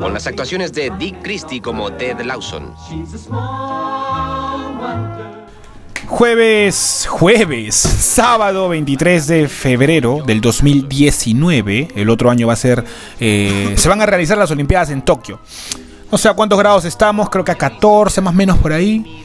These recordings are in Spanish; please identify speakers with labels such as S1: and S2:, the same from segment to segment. S1: Con las actuaciones de Dick Christie como Ted Lawson.
S2: Jueves, jueves, sábado 23 de febrero del 2019, el otro año va a ser, eh, se van a realizar las Olimpiadas en Tokio. No sé a cuántos grados estamos, creo que a 14 más o menos por ahí.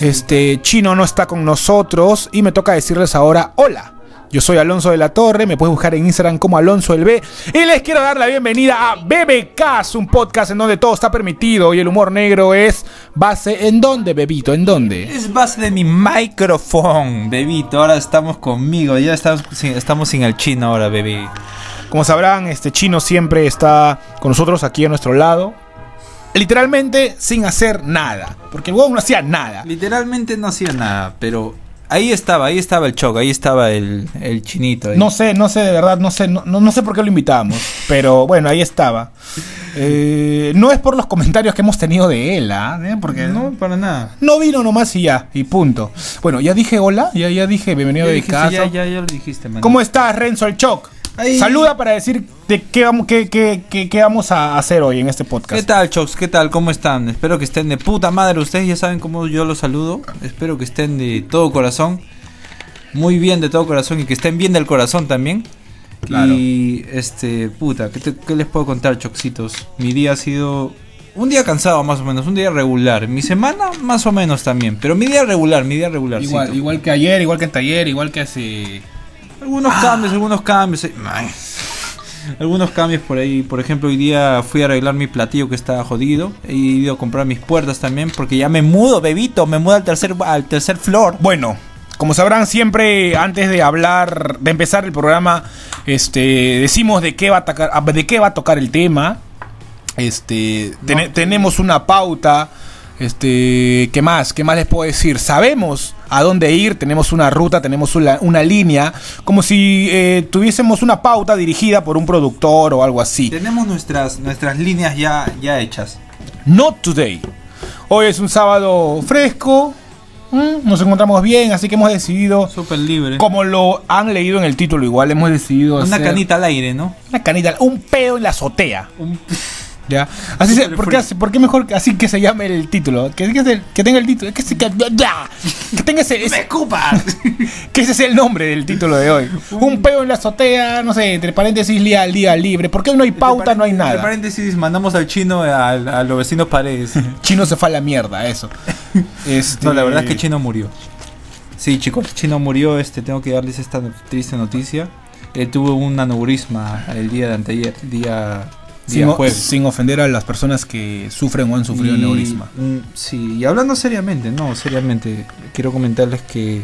S2: Este chino no está con nosotros y me toca decirles ahora hola. Yo soy Alonso de la Torre, me puedes buscar en Instagram como Alonso el B. Y les quiero dar la bienvenida a BBK, un podcast en donde todo está permitido y el humor negro es base en dónde, bebito, en dónde.
S3: Es base de mi micrófono, bebito. Ahora estamos conmigo, ya estamos sin, estamos sin el chino ahora, bebé.
S2: Como sabrán, este chino siempre está con nosotros aquí a nuestro lado. Literalmente sin hacer nada. Porque el huevón no hacía nada.
S3: Literalmente no hacía nada, pero ahí estaba, ahí estaba el choc, ahí estaba el, el chinito. ahí.
S2: No sé, no sé, de verdad, no sé, no, no- no sé por qué lo invitábamos, pero bueno, ahí estaba. Eh, no es por los comentarios que hemos tenido de él, ¿ah? ¿Eh? porque no,
S3: No, para nada.
S2: no vino nomás y ya, y punto. Bueno, ya dije hola, ya, ya dije bienvenido
S3: Ya
S2: de
S3: dijiste,
S2: casa.
S3: ya, ya, ya lo dijiste, man.
S2: ¿Cómo estás, Renzo el Choc?
S3: Ay.
S2: Saluda para decir de qué vamos, qué, qué- qué- qué vamos a hacer hoy en este
S3: ¿Qué
S2: podcast.
S3: tal, Chocs? ¿Qué tal? ¿Cómo están? Espero que estén de puta madre. Ustedes ya saben cómo yo los saludo. Espero que estén de todo corazón. Muy bien de todo corazón y que estén bien del corazón también.
S2: Claro.
S3: Y este, puta, ¿qué, te- qué les puedo contar, Choxitos? Mi día ha sido un día cansado más o menos, un día regular. Mi semana más o menos también, pero mi día regular, mi día regular.
S2: igual que ayer, igual que anteayer, igual que hace...
S3: Algunos cambios, algunos cambios. eh, Ah. ay. Algunos cambios por ahí. Por ejemplo, hoy día fui a arreglar mi platillo que estaba jodido. He ido a comprar mis puertas también porque ya me mudo, bebito. Me mudo al tercer, al tercer floor.
S2: Bueno, como sabrán siempre antes de hablar, de empezar el programa, este, decimos de qué va a tocar, ah, de qué va a tocar el tema. Este, tene- tenemos una pauta. Este, ¿qué más? ¿Qué más les puedo decir? Sabemos a dónde ir, tenemos una ruta, tenemos una, una línea, como si eh, tuviésemos una pauta dirigida por un productor o algo así.
S3: Tenemos nuestras, nuestras líneas ya, ya hechas.
S2: Not today. Hoy es un sábado fresco, mm, nos encontramos bien, así que hemos decidido
S3: Súper libre.
S2: como lo han leído en el título, igual hemos decidido
S3: Una
S2: hacer
S3: canita al aire, ¿no?
S2: una canita, un pedo en la azotea.
S3: Un-
S2: ¿Ya? Así se,
S3: Súper
S2: ¿por, qué,
S3: frío.
S2: hace- por qué mejor que- así que se llame el título? Que, que se- que tenga el título. Que, se- que- que tenga ese, ese- que ese sea el nombre del título de hoy. Un pedo en la azotea, no sé, entre paréntesis, día al día libre. Porque hoy no hay pauta, no hay
S3: Entre
S2: nada.
S3: paréntesis, mandamos al chino al- a, los vecinos paredes.
S2: Chino se fue a la mierda, eso. Este-
S3: No, la verdad es que Chino murió. Sí, chicos, Chino murió. Este, tengo que darles esta no- triste noticia. Él tuvo un aneurisma el día de anteayer, día,
S2: Sin,
S3: día
S2: o-
S3: jueves.
S2: sin ofender a las personas que sufren o han sufrido
S3: Y-
S2: neurisma.
S3: mm, Sí, y hablando seriamente, no, seriamente, quiero comentarles que.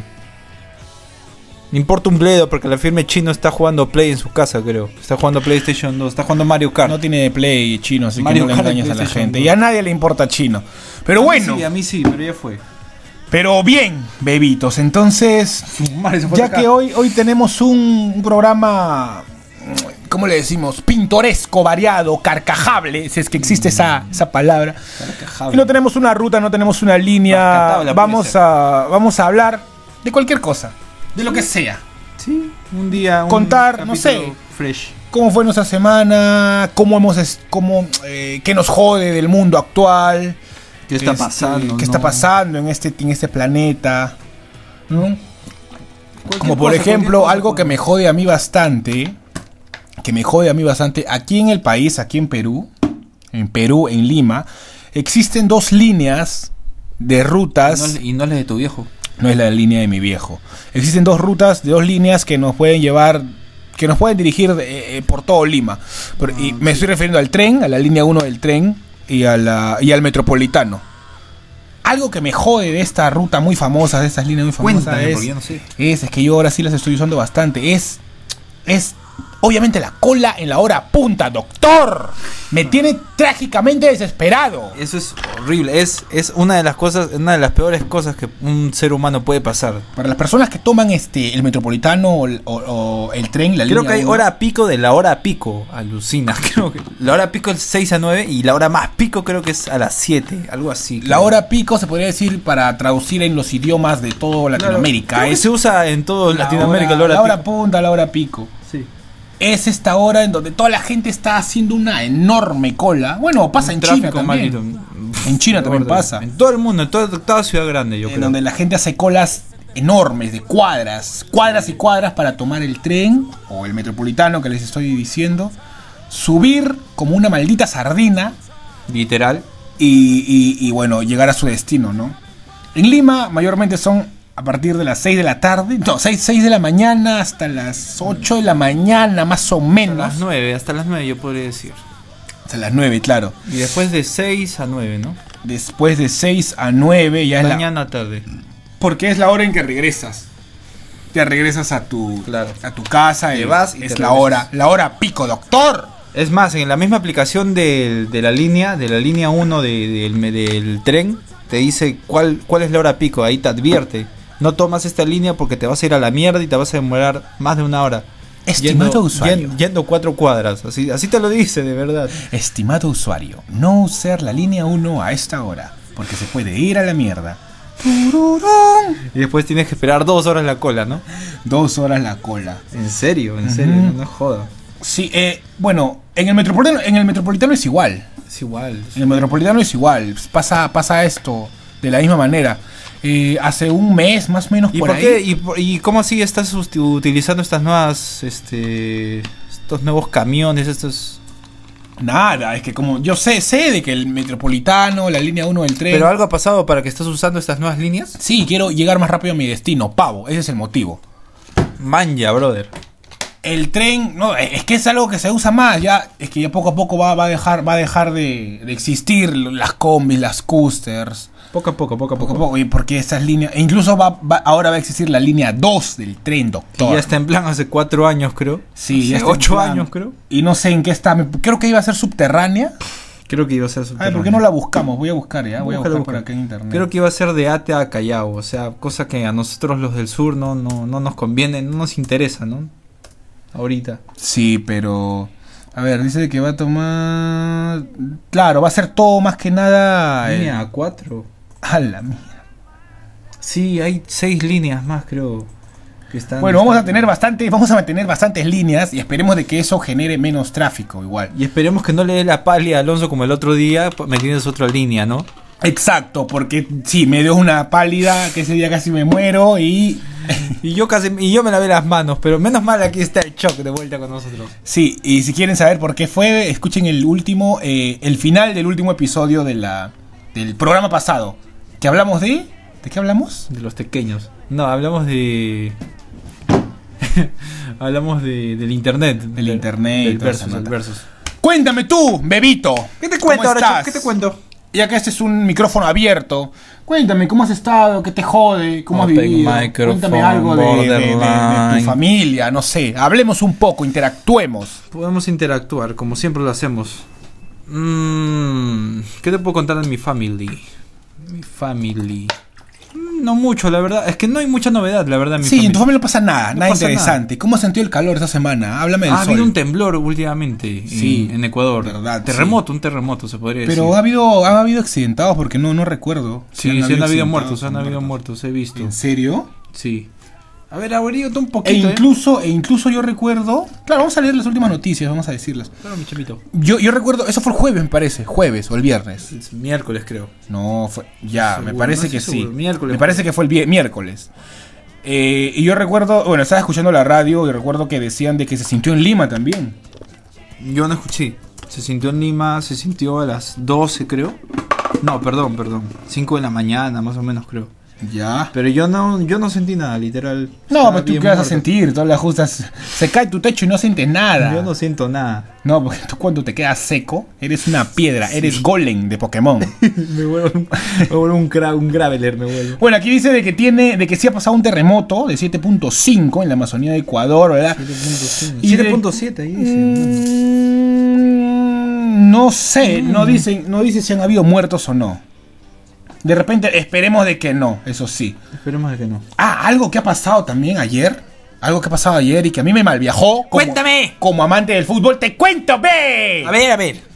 S3: Me importa un bledo porque la firme Chino está jugando Play en su casa, creo. Está jugando PlayStation 2, está jugando Mario Kart.
S2: No tiene play chino, así
S3: Mario
S2: que no le
S3: Kart
S2: engañes a la
S3: PlayStation
S2: gente.
S3: dos.
S2: Y a nadie le importa chino. Pero
S3: A mí
S2: bueno,
S3: Sí, a mí sí, pero ya fue.
S2: pero bien, bebitos. Entonces,
S3: Su madre se fue
S2: ya
S3: acá.
S2: que hoy, hoy tenemos un, un programa, ¿cómo le decimos? Pintoresco, variado, carcajable, si es que
S3: Mm.
S2: existe esa, esa palabra. Y
S3: Carcajable.
S2: no tenemos una ruta, no tenemos una línea.
S3: Rascatabla, puede
S2: Vamos
S3: ser.
S2: a, vamos a hablar de cualquier cosa, de lo que sea.
S3: Sí, un día. un
S2: Contar, no
S3: capítulo
S2: sé.
S3: Fresh.
S2: cómo fue nuestra semana, cómo hemos, es- cómo, eh, qué nos jode del mundo actual,
S3: ¿Qué está
S2: este,
S3: pasando?
S2: qué
S3: no?
S2: está pasando en este, en este planeta, ¿no?
S3: Cualquier
S2: como por
S3: cosa,
S2: ejemplo
S3: cualquier cosa,
S2: algo que me jode a mí bastante, que me jode a mí bastante aquí en el país, aquí en Perú, en Perú, en Lima, existen dos líneas de rutas.
S3: No le- y no le de tu viejo.
S2: No es la línea de mi viejo. Existen dos rutas, dos líneas que nos pueden llevar, que nos pueden dirigir eh, eh, por todo Lima. Por- y me estoy refiriendo al tren, a la línea 1 del tren y, a la, y al metropolitano. Algo que me jode de esta ruta muy famosa, de estas líneas muy famosas,
S3: Cuéntame,
S2: es,
S3: porque yo no sé.
S2: es, es que yo ahora sí las estoy usando bastante, es, es Obviamente la cola en la hora punta, doctor. Me tiene trágicamente desesperado.
S3: Eso es horrible. Es, es una de las cosas, una de las peores cosas que un ser humano puede pasar.
S2: Para las personas que toman este el metropolitano o, el- o- o el tren, la
S3: Creo
S2: línea
S3: que hay
S2: uno,
S3: hora pico de la hora pico. Alucina, creo que. La hora pico es 6 a 9 y la hora más pico creo que es a las 7, algo así.
S2: La
S3: creo.
S2: hora pico se podría decir para traducir en los idiomas de toda
S3: Claro,
S2: Latinoamérica.
S3: creo que
S2: es
S3: se usa en todo
S2: la
S3: Latinoamérica
S2: hora-
S3: la hora, pico.
S2: punta, la hora pico.
S3: Sí.
S2: Es esta hora en donde toda la gente está haciendo una enorme cola. Bueno, pasa
S3: Un
S2: en China
S3: tráfico
S2: también.
S3: maldito.
S2: En China
S3: Qué
S2: también
S3: gordo.
S2: pasa.
S3: En todo el mundo, en toda, toda ciudad grande, yo
S2: en
S3: creo.
S2: donde la gente hace colas enormes de cuadras, cuadras y cuadras para tomar el tren o el metropolitano que les estoy diciendo, subir como una maldita sardina
S3: Literal.
S2: y, y- y, bueno, llegar a su destino, ¿no? En Lima mayormente son a partir de las 6 de la tarde, no, 6, 6 de la mañana hasta las 8 de la mañana más o
S3: A
S2: menos,
S3: las 9, hasta las 9 yo podría decir.
S2: hasta las 9, claro.
S3: Y después de 6 a 9, ¿no?
S2: Después de 6 a 9 ya es la,
S3: Mañana tarde.
S2: Porque es la hora en que regresas. Ya regresas a tu,
S3: Claro.
S2: a tu casa
S3: Te
S2: y
S3: vas y
S2: es
S3: te
S2: la
S3: regresas.
S2: hora, la hora pico, doctor.
S3: Es más, en la misma aplicación del- de, la línea, de la línea 1 de- del me- del tren, te dice cuál, cuál es la hora pico, ahí te advierte. No tomas esta línea porque te vas a ir a la mierda y te vas a demorar más de una hora.
S2: Estimado
S3: Yendo-
S2: usuario.
S3: yen- Yendo cuatro cuadras, así, así te lo dice, de verdad.
S2: Estimado usuario, no usar la línea 1 a esta hora, porque se puede ir a la mierda. Tururún.
S3: Y después tienes que esperar dos horas la cola, ¿no?
S2: Dos horas la cola.
S3: En serio, en serio,
S2: Ujú.
S3: no, no joda.
S2: Sí, eh, bueno, en el metropolitano, en el metropolitano es igual.
S3: Es igual.
S2: En el metropolitano es igual. Pasa, pasa esto de la misma manera. Eh, hace un mes más o menos
S3: ¿Y
S2: por,
S3: por,
S2: ahí.
S3: qué? ¿Y, por- y cómo así estás usti- utilizando estas nuevas, este, estos nuevos camiones, estos?
S2: Nada, es que como yo sé, sé de que el metropolitano, la línea 1 del tren.
S3: Pero algo ha pasado para que estás usando estas nuevas líneas.
S2: Sí, quiero llegar más rápido a mi destino, pavo, ese es el motivo.
S3: Manja, brother.
S2: El tren, no, e, es que es algo que se usa más, ya, es que ya poco a poco va, va a dejar, va a dejar de, de existir las combis, las coasters,
S3: Poco a poco, poco a poco.
S2: poco a poco, y porque esas líneas, e incluso va, va- ahora va a existir la línea 2 del tren,
S3: Que
S2: doctor.
S3: ya está en plan hace cuatro años, creo.
S2: Sí, ya está
S3: este Hace
S2: en
S3: ocho
S2: plan.
S3: años, creo.
S2: Y no sé en qué está, me- creo que iba a ser subterránea.
S3: Creo que iba a ser
S2: Ay, ¿por qué no la buscamos? Voy a buscar ya, voy a buscar por acá en internet.
S3: Creo que iba a ser de Ate a Callao, o sea, cosa que a nosotros los del sur no, no, no nos conviene, no nos interesa, ¿no? Ahorita.
S2: Sí, pero. A ver, dice que va a tomar. Claro, va a ser todo más que nada. eh,
S3: Línea 4.
S2: A la mierda.
S3: Sí, hay seis líneas más, creo. Que están,
S2: Bueno, vamos a tener bastante, vamos a mantener bastantes líneas y esperemos de que eso genere menos tráfico igual.
S3: Y esperemos que no le dé la palia a Alonso como el otro día, pues, metiéndose otra línea, ¿no?
S2: Exacto, porque sí, me dio una pálida que ese día casi me muero y
S3: Y yo casi, y yo me lavé las manos, pero menos mal aquí está el choc de vuelta con nosotros.
S2: sí, y si quieren saber por qué fue, escuchen el último, eh, el final del último episodio de la, del programa pasado. Que hablamos de. ¿De qué hablamos?
S3: De los pequeños. No, hablamos de. hablamos de, del internet.
S2: Del internet y
S3: Del
S2: toda esa
S3: versus, del
S2: nota.
S3: versus.
S2: Cuéntame tú, bebito.
S3: ¿Qué te
S2: ¿Cómo
S3: cuento ahora,
S2: estás?
S3: Choc? ¿Qué te cuento?
S2: Ya que este es un micrófono abierto, cuéntame cómo has estado, qué te jode, cómo has
S3: Open
S2: vivido.
S3: microphone,
S2: Cuéntame algo de, de- de- de tu
S3: borderline.
S2: familia, no sé. Hablemos un poco, interactuemos.
S3: Podemos interactuar, como siempre lo hacemos. Mm, ¿Qué te puedo contar de mi family? Mi family. Mm, No mucho, la verdad. Es que no hay mucha novedad, la verdad. en Mi
S2: sí, en tu
S3: family.
S2: familia no pasa nada,
S3: No
S2: nada
S3: pasa
S2: interesante. ¿Cómo has sentido el calor esta semana? Háblame del
S3: Ha
S2: sol.
S3: habido un temblor últimamente en-
S2: Sí,
S3: en, Ecuador.
S2: verdad, sí.
S3: terremoto, un terremoto se podría decir.
S2: Pero ha habido, ha habido accidentados porque no, no recuerdo. si
S3: Sí, sí, han habido
S2: accidentados
S3: muertos,
S2: o
S3: han habido muertos, he visto.
S2: ¿En serio?
S3: Sí. A ver, abuelito, un
S2: E
S3: poquito. ¿eh?
S2: incluso, e incluso yo recuerdo. Claro, vamos a leer las últimas noticias, vamos a decirlas.
S3: Claro, mi chapito.
S2: Yo, yo recuerdo, eso fue el jueves, me parece, jueves o el viernes.
S3: Es miércoles, creo.
S2: No, fue, ya,
S3: Seguro,
S2: me parece
S3: no
S2: que
S3: estoy seguro.
S2: sí.
S3: Miércoles.
S2: Me parece que fue el vie- miércoles. Eh, y yo recuerdo, bueno, estaba escuchando la radio y recuerdo que decían de que se sintió en Lima también.
S3: Yo no escuché. Se sintió en Lima, se sintió a las 12, creo. No, perdón, perdón. 5 de la mañana, más o menos, creo.
S2: Ya.
S3: Pero yo no, yo no sentí nada, literal.
S2: No,
S3: Estaba
S2: pues tú
S3: Ah, bien
S2: qué vas a
S3: muerto.
S2: sentir, todas las justas. Se cae tu techo y no sientes nada.
S3: Yo no siento nada.
S2: No, porque tú cuando te quedas seco, eres una piedra, eres golem de Pokémon.
S3: me vuelvo, un- me vuelvo un, cra- un graveler, me vuelvo.
S2: bueno, aquí dice de que tiene, de que sí ha pasado un terremoto de 7.5 en la Amazonía de Ecuador, ¿verdad?
S3: 7.5.
S2: Y de-
S3: 7.7 ahí dice.
S2: Mm, No sé, no dicen, no dice si han habido muertos o no. De repente esperemos de que no, eso sí.
S3: Esperemos de que no.
S2: Ah, algo que ha pasado también ayer. Algo que ha pasado ayer y que a mí me malviajó. como-
S3: Cuéntame.
S2: Como amante del fútbol, te cuento, ve.
S3: A ver, a ver.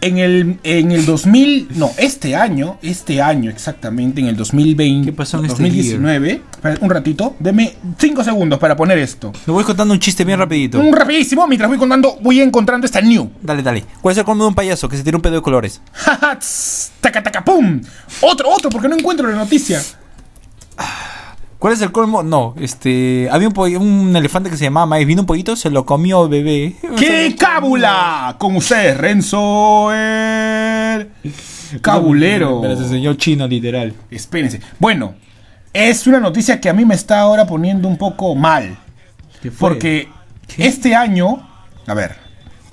S2: En el, en el 2000, no, este año, este año exactamente, en el 2020,
S3: ¿Qué pasó en este
S2: 2019, espera, un ratito, deme 5 segundos para poner esto.
S3: Lo voy contando un chiste bien rapidito.
S2: Un rapidísimo, mientras voy contando, voy encontrando esta new.
S3: Dale, dale. ¿Cuál es el combo de un payaso que se tira un pedo de colores?
S2: Jaja, tss, taca, taca, pum. Otro, otro, porque no encuentro la noticia.
S3: ¿Cuál es el colmo? No, este. Había un, po- un elefante que se llamaba Mike. Vino un pollito, se lo comió bebé.
S2: ¡Qué cábula! Con ustedes, Renzo el Cabulero.
S3: Pero se señor chino, literal.
S2: Espérense. Bueno, es una noticia que a mí me está ahora poniendo un poco mal.
S3: ¿Qué fue?
S2: Porque este año, a ver,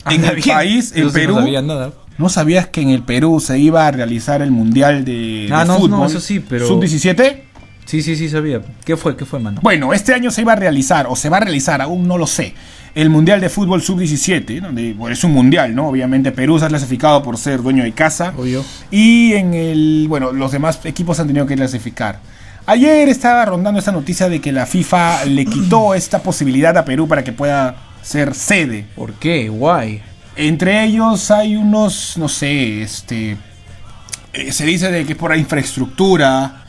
S2: Ah, en el país, en
S3: Yo sí no
S2: Perú,
S3: sabía nada.
S2: ¿no sabías que en el Perú se iba a realizar el Mundial de,
S3: Ah,
S2: de
S3: no, no,
S2: Fútbol?
S3: eso sí, pero-
S2: ¿Sub-17?
S3: Sí, sí, sí, sabía. ¿Qué fue? ¿Qué fue, mano?
S2: Bueno, este año se iba a realizar, o se va a realizar, aún no lo sé, el Mundial de Fútbol Sub-17, donde bueno, es un mundial, ¿no? Obviamente Perú se ha clasificado por ser dueño de casa.
S3: Obvio.
S2: Y en el, bueno, los demás equipos han tenido que clasificar. Ayer estaba rondando esta noticia de que la FIFA le quitó esta posibilidad a Perú para que pueda ser sede.
S3: ¿Por qué? Guay.
S2: Entre ellos hay unos, no sé, este, eh, se dice de que es por la infraestructura,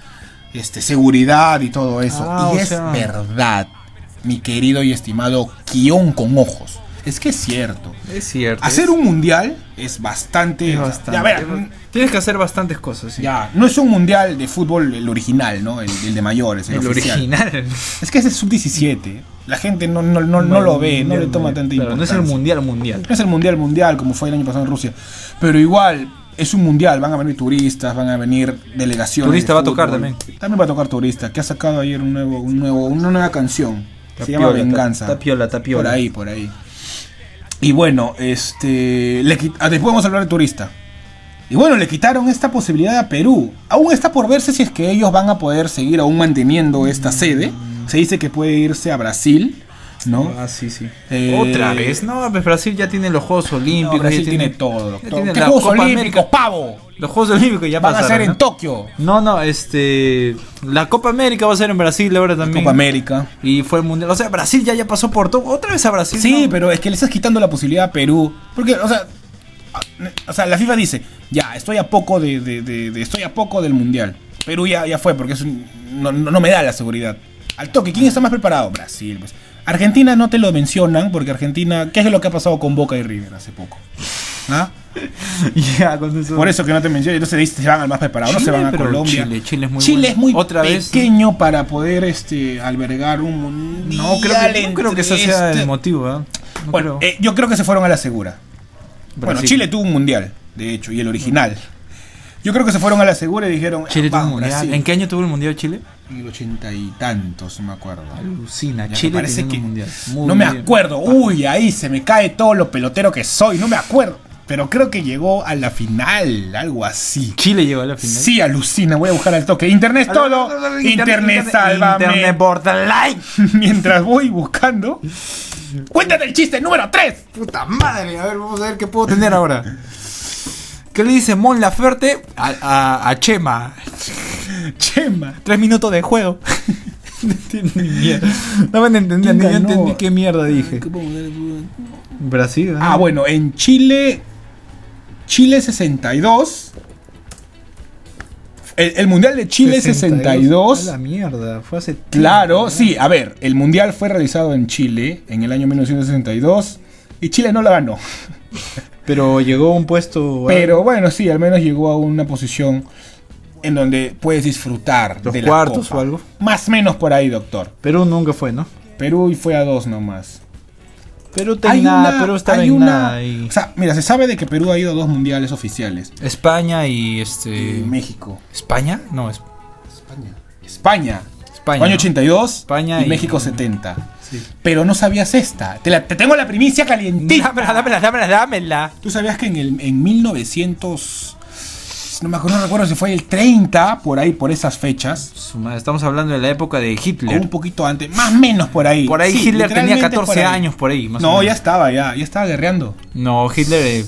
S2: este, seguridad y todo eso.
S3: Ah,
S2: y
S3: o
S2: es
S3: sea.
S2: verdad, mi querido y estimado Kion con ojos. Es que es cierto.
S3: Es cierto.
S2: Hacer un mundial es bastante.
S3: Es bastante.
S2: Ya, a ver, mm.
S3: Tienes que hacer bastantes cosas, sí.
S2: ya, no es un mundial de fútbol el original, ¿no? El, el de mayores, el,
S3: El
S2: oficial.
S3: original.
S2: Es que es el sub-17. La gente no, no, no, no lo ve, no le toma tanta
S3: Claro,
S2: importancia.
S3: No es el mundial mundial.
S2: No es el mundial mundial como fue el año pasado en Rusia. Pero igual, es un mundial. Van a venir turistas, van a venir delegaciones.
S3: Turista
S2: de
S3: va a tocar
S2: fútbol.
S3: también.
S2: También va a tocar turista, que ha sacado ayer un nuevo, un nuevo, una nueva canción. se llama
S3: Tapiola, ta-
S2: Venganza.
S3: tapiola, tapiola.
S2: Por ahí, por ahí. Y bueno, este. Le, quit- ah, después vamos a hablar de turista. Y bueno, le quitaron esta posibilidad a Perú. Aún está por verse si es que ellos van a poder seguir aún manteniendo esta sede. Se dice que puede irse a Brasil, ¿no?
S3: Ah, sí, sí.
S2: Eh,
S3: Otra vez. No, pues Brasil ya tiene los Juegos Olímpicos.
S2: No, Brasil
S3: ya
S2: tiene, todo,
S3: ya
S2: doctor.
S3: tiene
S2: ¿Qué
S3: la
S2: Juegos
S3: Copa
S2: Olímpicos,
S3: América.
S2: pavo?
S3: Los Juegos Olímpicos ya
S2: Van a
S3: pasaron,
S2: ser en
S3: ¿no?
S2: Tokio.
S3: No, no, este. La Copa América va a ser en Brasil ahora también.
S2: Copa América.
S3: Y fue el mundial. O sea, Brasil ya, ya pasó por todo. Otra vez a Brasil.
S2: Sí,
S3: ¿no?
S2: pero es que le estás quitando la posibilidad a Perú. Porque, o sea, o sea, la FIFA dice, ya, estoy a poco de, de- de- de- estoy a poco del Mundial. Perú ya, ya fue, porque es un- no, no- no me da la seguridad. Al toque, ¿quién está más preparado? Brasil, pues. Argentina no te lo mencionan, porque Argentina, ¿qué es lo que ha pasado con Boca y River hace poco? ¿Ah?
S3: ya, con eso.
S2: Por eso que no te mencioné, entonces dice, se van al más preparado, no se
S3: Chile,
S2: van a
S3: pero
S2: Colombia.
S3: Chile, Chile es muy bueno. Otra
S2: Otra
S3: vez,
S2: pequeño para poder este, albergar un mundial.
S3: No, creo que, no creo
S2: entre
S3: que ese sea
S2: este-
S3: el motivo. ¿ah? No
S2: Bueno,
S3: creo.
S2: eh, yo creo que se fueron a la segura. Bueno,
S3: Brasil.
S2: Chile tuvo un mundial, de hecho, y el original. Yo creo que se fueron a la segura y dijeron, "Ah,
S3: Chile tuvo un
S2: eh, vamos,
S3: mundial.
S2: Brasil.
S3: ¿En qué año tuvo el mundial Chile?
S2: En el ochenta y tantos, no me acuerdo.
S3: Alucina,
S2: Ya,
S3: Chile
S2: me parece
S3: teniendo
S2: que
S3: un mundial. Muy
S2: no me
S3: bien.
S2: acuerdo. Uy, ahí se me cae todo lo pelotero que soy. No me acuerdo. Pero creo que llegó a la final, algo así.
S3: Chile llegó a la final.
S2: Sí, alucina, voy a buscar al toque. Internet todo. Internet, sálvame.
S3: Internet borderline.
S2: Mientras voy buscando. Cuéntate el chiste número 3.
S3: Puta madre. A ver, vamos a ver qué puedo tener ahora. ¿Qué le dice Mon Laferte a, a- a Chema?
S2: Chema.
S3: Tres minutos de juego. no entiendo ni mierda. No me entendí,
S2: ¿Quién
S3: ni yo
S2: ganó?
S3: entendí qué mierda dije. Brasil. ¿no?
S2: Ah, bueno, en Chile. Chile 62. El, el Mundial de Chile 62.
S3: A la mierda, fue hace tiempo,
S2: Claro,
S3: ¿no?
S2: sí, a ver, el Mundial fue realizado en Chile en el año 1962 y Chile no la ganó.
S3: Pero llegó a un puesto. ¿eh?
S2: Pero bueno, sí, al menos llegó a una posición en donde puedes disfrutar
S3: Los
S2: de la
S3: cuartos
S2: copa.
S3: o algo.
S2: Más o menos por ahí, doctor.
S3: Perú nunca fue, ¿no?
S2: Perú y fue a dos nomás.
S3: Perú tenía nada, Perú estaba
S2: hay
S3: en
S2: una-
S3: nada. y-
S2: O sea, mira, se sabe de que Perú ha ido a dos mundiales oficiales.
S3: España y este.
S2: Y México.
S3: ¿España? No, es.
S4: España.
S2: España.
S3: España,
S2: Año
S3: ¿no?
S2: 82
S3: España
S2: y,
S3: y-
S2: México 70.
S3: Sí.
S2: Pero no sabías esta. Te, la- te tengo la primicia calientita.
S3: Dámela, dámela, dámela, dámela.
S2: Tú sabías que en, el, en 1900. No me acuerdo, no recuerdo si fue el 30, por ahí, por esas fechas.
S3: Su madre, Estamos hablando de la época
S2: O
S3: de Hitler.
S2: un poquito antes, más o menos por ahí.
S3: Por ahí
S2: Sí,
S3: Hitler tenía
S2: literalmente
S3: 14
S2: por ahí.
S3: años, por ahí. más o
S2: No,
S3: menos.
S2: ya estaba, ya, ya estaba guerreando.
S3: No, Hitler. eh,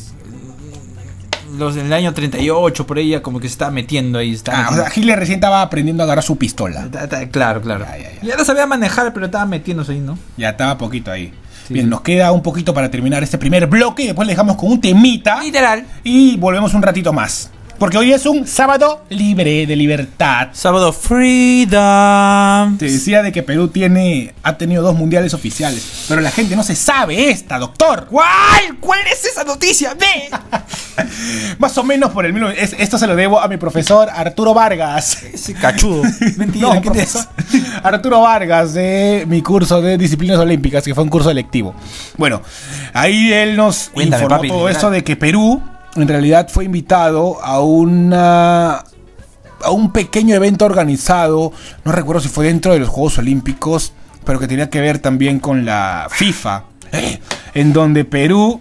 S3: los del año 38, por ahí ya como que se estaba metiendo ahí. Estaba
S2: Ah, o
S3: metiendo-
S2: sea, Hitler recién estaba aprendiendo a agarrar su pistola.
S3: Ta- ta- Claro, claro.
S2: Ya, ya, ya.
S3: lo sabía manejar, pero estaba metiéndose ahí, ¿no?
S2: Ya estaba poquito ahí.
S3: Sí,
S2: Bien,
S3: sí.
S2: nos queda un poquito para terminar este primer bloque y después le dejamos con un temita
S3: Literal.
S2: y volvemos un ratito más. Porque hoy es un sábado libre de libertad.
S3: Sábado Freedom.
S2: Te decía de que Perú tiene, ha tenido dos mundiales oficiales, pero la gente no se sabe esta, doctor.
S3: ¿Cuál? ¿Cuál es esa noticia? ¡Ve!
S2: Más o menos por el mismo. es- Esto se lo debo a mi profesor Arturo Vargas.
S3: Ese cachudo. Mentira,
S2: No,
S3: ¿qué te
S2: profesor. Arturo Vargas de mi curso de disciplinas olímpicas, que fue un curso electivo. Bueno, ahí él nos
S3: Cuéntame,
S2: informó
S3: papi,
S2: todo
S3: literal.
S2: esto de que Perú en realidad fue invitado a una a un pequeño evento organizado, no recuerdo si fue dentro de los Juegos Olímpicos, pero que tenía que ver también con la FIFA, en donde Perú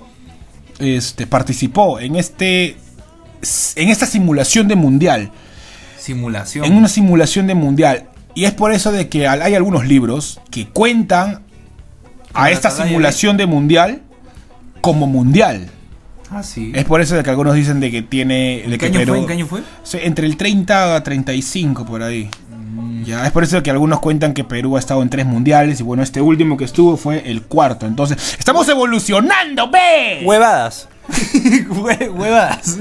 S2: este, participó en este en esta simulación de mundial
S3: Simulación.
S2: en una simulación de mundial. Y es por eso de que al- hay algunos libros que cuentan a
S3: la
S2: esta
S3: batalla
S2: simulación de mundial como mundial.
S3: Ah, sí.
S2: Es por eso de que algunos dicen de que tiene... De
S3: ¿En
S2: que
S3: qué año
S2: Perú-
S3: fue? ¿En qué año fue?
S2: Sí, Entre el 30 a 35 por ahí.
S3: Mm.
S2: Ya, es por eso que algunos cuentan que Perú ha estado en tres mundiales y bueno, este último que estuvo fue el cuarto. Entonces, estamos evolucionando, ve.
S3: Huevadas. Hue- Huevadas.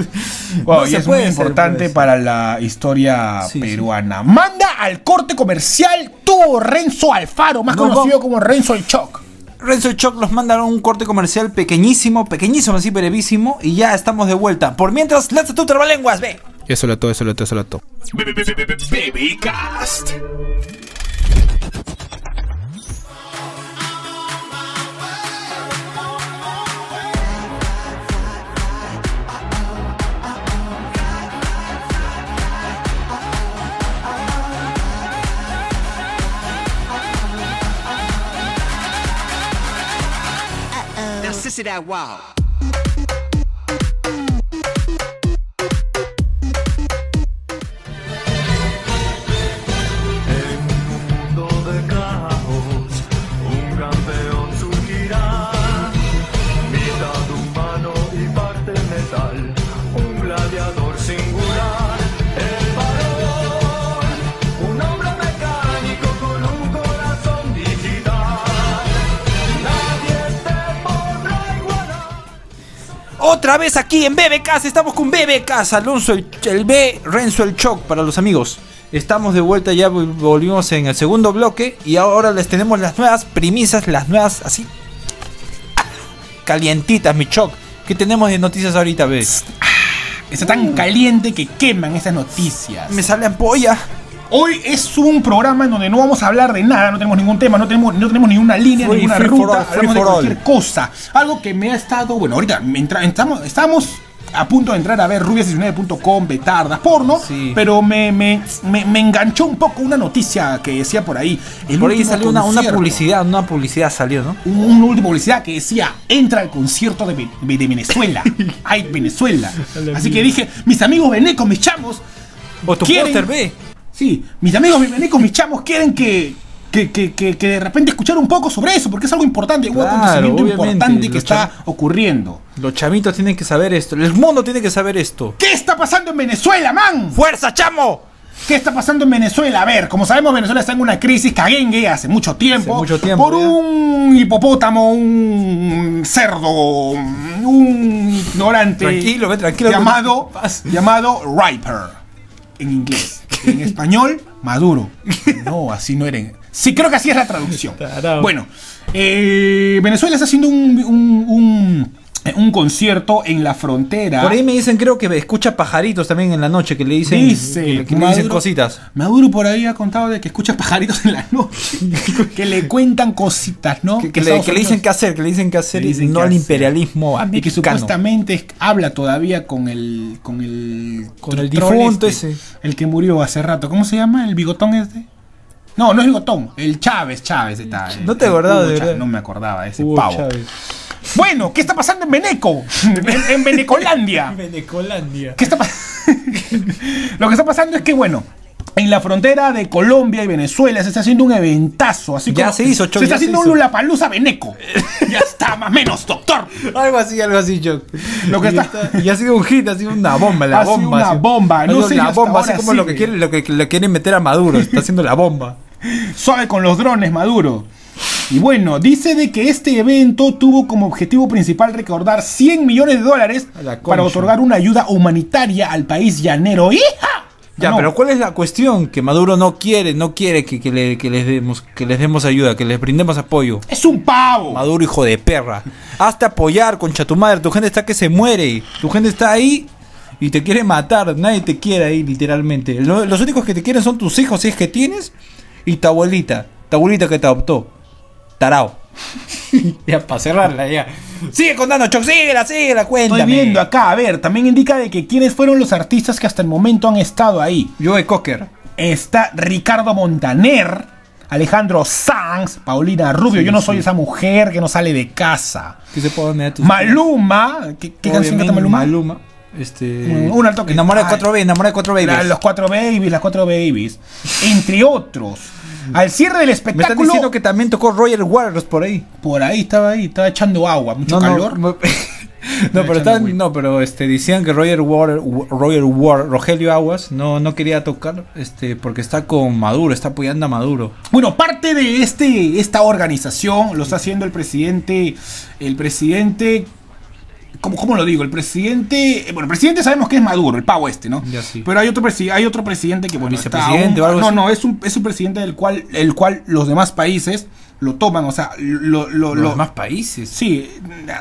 S2: Wow,
S3: No
S2: y
S3: se
S2: es muy
S3: puede ser,
S2: importante
S3: pues.
S2: para la historia
S3: Sí, sí.
S2: peruana. Manda al corte comercial tu Renzo Alfaro, más
S3: No,
S2: conocido
S3: vamos.
S2: como Renzo el Choc.
S3: Renzo y Choc nos mandaron un corte comercial pequeñísimo, pequeñísimo, así brevísimo. Y ya estamos de vuelta. Por mientras, lanza tu trabalenguas, ve.
S2: Eso lo todo, eso lo todo, eso lo todo.
S5: Now, sissy that wow.
S6: mundo de caos, un campeón surgirá. Mitad humano y parte metal, un gladiador singular. El varón, un hombre mecánico con un corazón digital. Nadie te podrá igualar.
S3: Otra vez aquí en BBK, estamos con BBK, Alonso el, el B, Renzo el Choc para los amigos. Estamos de vuelta, ya vol- volvimos en el segundo bloque y ahora les tenemos las nuevas primicias, las nuevas así calientitas, mi Choc. ¿Qué tenemos de noticias ahorita, B?
S2: Está tan caliente que queman esas noticias.
S3: Me sale ampolla.
S2: Hoy es un programa en donde no vamos a hablar de nada, no tenemos ningún tema, no tenemos, no tenemos ninguna línea,
S3: Free-
S2: ninguna
S3: free for
S2: ruta,
S3: all, free
S2: hablamos de
S3: for all.
S2: cualquier cosa. Algo que me ha estado, bueno, ahorita me entra- estamos, estamos a punto de entrar a ver rubias19.com, betardas, porno,
S3: Sí.
S2: pero me, me, me- me enganchó un poco una noticia que decía por ahí. el
S3: Por ahí
S2: último
S3: salió una, una
S2: concierto,
S3: publicidad, una publicidad salió, ¿no?
S2: un- Una última publicidad que decía, entra al concierto de, Ve- de Venezuela, ay Venezuela. Así que dije, mis amigos venecos, mis chamos,
S3: O tu
S2: ¿Quieren?
S3: póster, B.
S2: Sí, mis amigos, mis venecos, mis chamos quieren que, que, que- que- que de repente escuchar un poco sobre eso, porque es algo importante, un
S3: Claro,
S2: acontecimiento
S3: obviamente,
S2: importante que
S3: los
S2: está
S3: cham-
S2: ocurriendo.
S3: Los chavitos tienen que saber esto, el mundo tiene que saber esto.
S2: ¿Qué está pasando en Venezuela, man?
S3: ¡Fuerza, chamo!
S2: ¿Qué está pasando en Venezuela? A ver, como sabemos, Venezuela está en una crisis caguengue hace mucho tiempo.
S3: Hace mucho tiempo,
S2: Por
S3: ya.
S2: un hipopótamo, un cerdo, un ignorante.
S3: Tranquilo, ve, tranquilo.
S2: Llamado,
S3: Paz.
S2: llamado Riper. En inglés. En español, Maduro. No, así no eran. Sí, creo que así es la traducción. Bueno, eh, Venezuela está haciendo un, un- un- eh, un concierto en la frontera.
S3: Por ahí me dicen, creo que escucha pajaritos también en la noche, que le dicen,
S2: Dice,
S3: que le dicen cositas.
S2: Maduro por ahí ha contado de que escucha pajaritos en la noche, que le cuentan cositas, ¿no?
S3: Que, que le,
S2: Estados
S3: que le
S2: Unidos-
S3: dicen qué hacer, que le dicen qué hacer
S2: Le dicen
S3: y no
S2: qué
S3: al
S2: hacer.
S3: imperialismo
S2: y que
S3: americano.
S2: supuestamente es- habla todavía con el con el
S3: Con el
S2: troll
S3: difunto
S2: este,
S3: ese.
S2: el que murió hace rato. ¿Cómo se llama? El bigotón este. No, no es bigotón, el Chávez, Chávez está. el-
S3: No te
S2: el
S3: acordabas,
S2: Hugo
S3: de
S2: Chávez,
S3: verdad.
S2: No me acordaba de ese
S3: Hugo
S2: pavo.
S3: Chávez.
S2: Bueno, ¿qué está pasando en Beneco? en, en Benecolandia. ¿Qué está pa- Lo que está pasando es que, bueno, en la frontera de Colombia y Venezuela se está haciendo un eventazo. Así
S3: Ya
S2: como-
S3: se hizo, Choc,
S2: Se está
S3: ya se
S2: haciendo un
S3: hizo.
S2: Lulapalooza Beneco. ya está, más menos, doctor.
S3: Algo así, algo así, Choc.
S2: Lo que
S3: y,
S2: está-
S3: está- y ha sido un hit, ha sido una bomba, la
S2: Ha sido
S3: bomba.
S2: una
S3: ha sido-
S2: bomba,
S3: ha
S2: no
S3: sido
S2: sé,
S3: la
S2: hasta
S3: bomba, así
S2: ahora
S3: como lo que
S2: sigue.
S3: quieren, lo que le quieren meter a Maduro, está haciendo la bomba.
S2: Suave con los drones, Maduro. Y bueno, dice de que este evento tuvo como objetivo principal recordar 100 millones de dólares
S3: A la concha.
S2: para otorgar una ayuda humanitaria al país llanero. ¡Hija!
S3: Ya,
S2: No,
S3: pero ¿cuál es la cuestión? Que Maduro no quiere, no quiere que, que le- que les demos, que les demos ayuda, que les brindemos apoyo.
S2: Es un pavo.
S3: Maduro, hijo de perra. Hazte apoyar, concha tu madre. Tu gente está que se muere. Tu gente está ahí y te quiere matar. Nadie te quiere ahí, literalmente. Lo- los únicos que te quieren son tus hijos, si es que tienes, y tu abuelita. Tu abuelita que te adoptó. Tarao. ya, para cerrarla, ya. Sigue contando, Choc. Síguela, síguela, cuéntame.
S2: Estoy viendo acá, a ver, también indica de que quiénes fueron los artistas que hasta el momento han estado ahí.
S3: Joe Cocker.
S2: Está Ricardo Montaner, Alejandro Sanz, Paulina Rubio, yo no soy esa mujer que no sale de casa.
S3: Que se puede poner a tus
S2: Maluma, ¿qué, qué canción canta
S3: Obviamente,
S2: Maluma?
S3: Maluma. Este.
S2: Un- un alto que-
S3: Enamora de
S2: Ay.
S3: 4B, enamora de 4 b
S2: La- los cuatro babies, las cuatro babies, entre otros. Al cierre del
S3: Me están
S2: espectáculo,
S3: diciendo que también tocó Roger Waters por ahí.
S2: por ahí estaba ahí, estaba echando agua, mucho calor.
S3: No, pero estaban- no, pero este decían que Roger Water, Roger Water, Rogelio Aguas no, no quería tocar este porque está con Maduro, está apoyando a Maduro.
S2: Bueno, parte de este, esta organización lo está haciendo el presidente. El presidente. ¿Cómo, cómo lo digo? El presidente. eh, Bueno, el presidente sabemos que es Maduro, el pavo este, ¿no?
S3: Ya sí.
S2: Pero hay otro, presi- hay otro presidente que, bueno, está
S3: vicepresidente
S2: aún-
S3: o algo
S2: No,
S3: así.
S2: no, es un, es un presidente del cual, el cual los demás países lo toman, o sea, lo. lo,
S3: Los
S2: lo-
S3: demás países.
S2: Sí,